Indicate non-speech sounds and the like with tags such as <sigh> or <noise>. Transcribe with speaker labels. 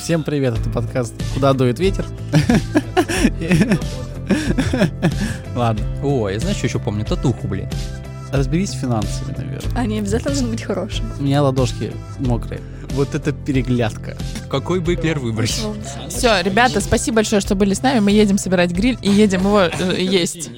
Speaker 1: Всем привет, это подкаст «Куда дует ветер». <laughs> Ладно,
Speaker 2: О, я знаешь, что еще помню? Татуху, блин.
Speaker 1: разберись с финансами, наверное.
Speaker 3: Они обязательно должны быть хорошие.
Speaker 1: У меня ладошки мокрые. Вот это переглядка.
Speaker 2: Какой бы эклер выбрать?
Speaker 3: Волнуйся.
Speaker 4: Все, ребята, спасибо большое, что были с нами. Мы едем собирать гриль и едем его э, есть.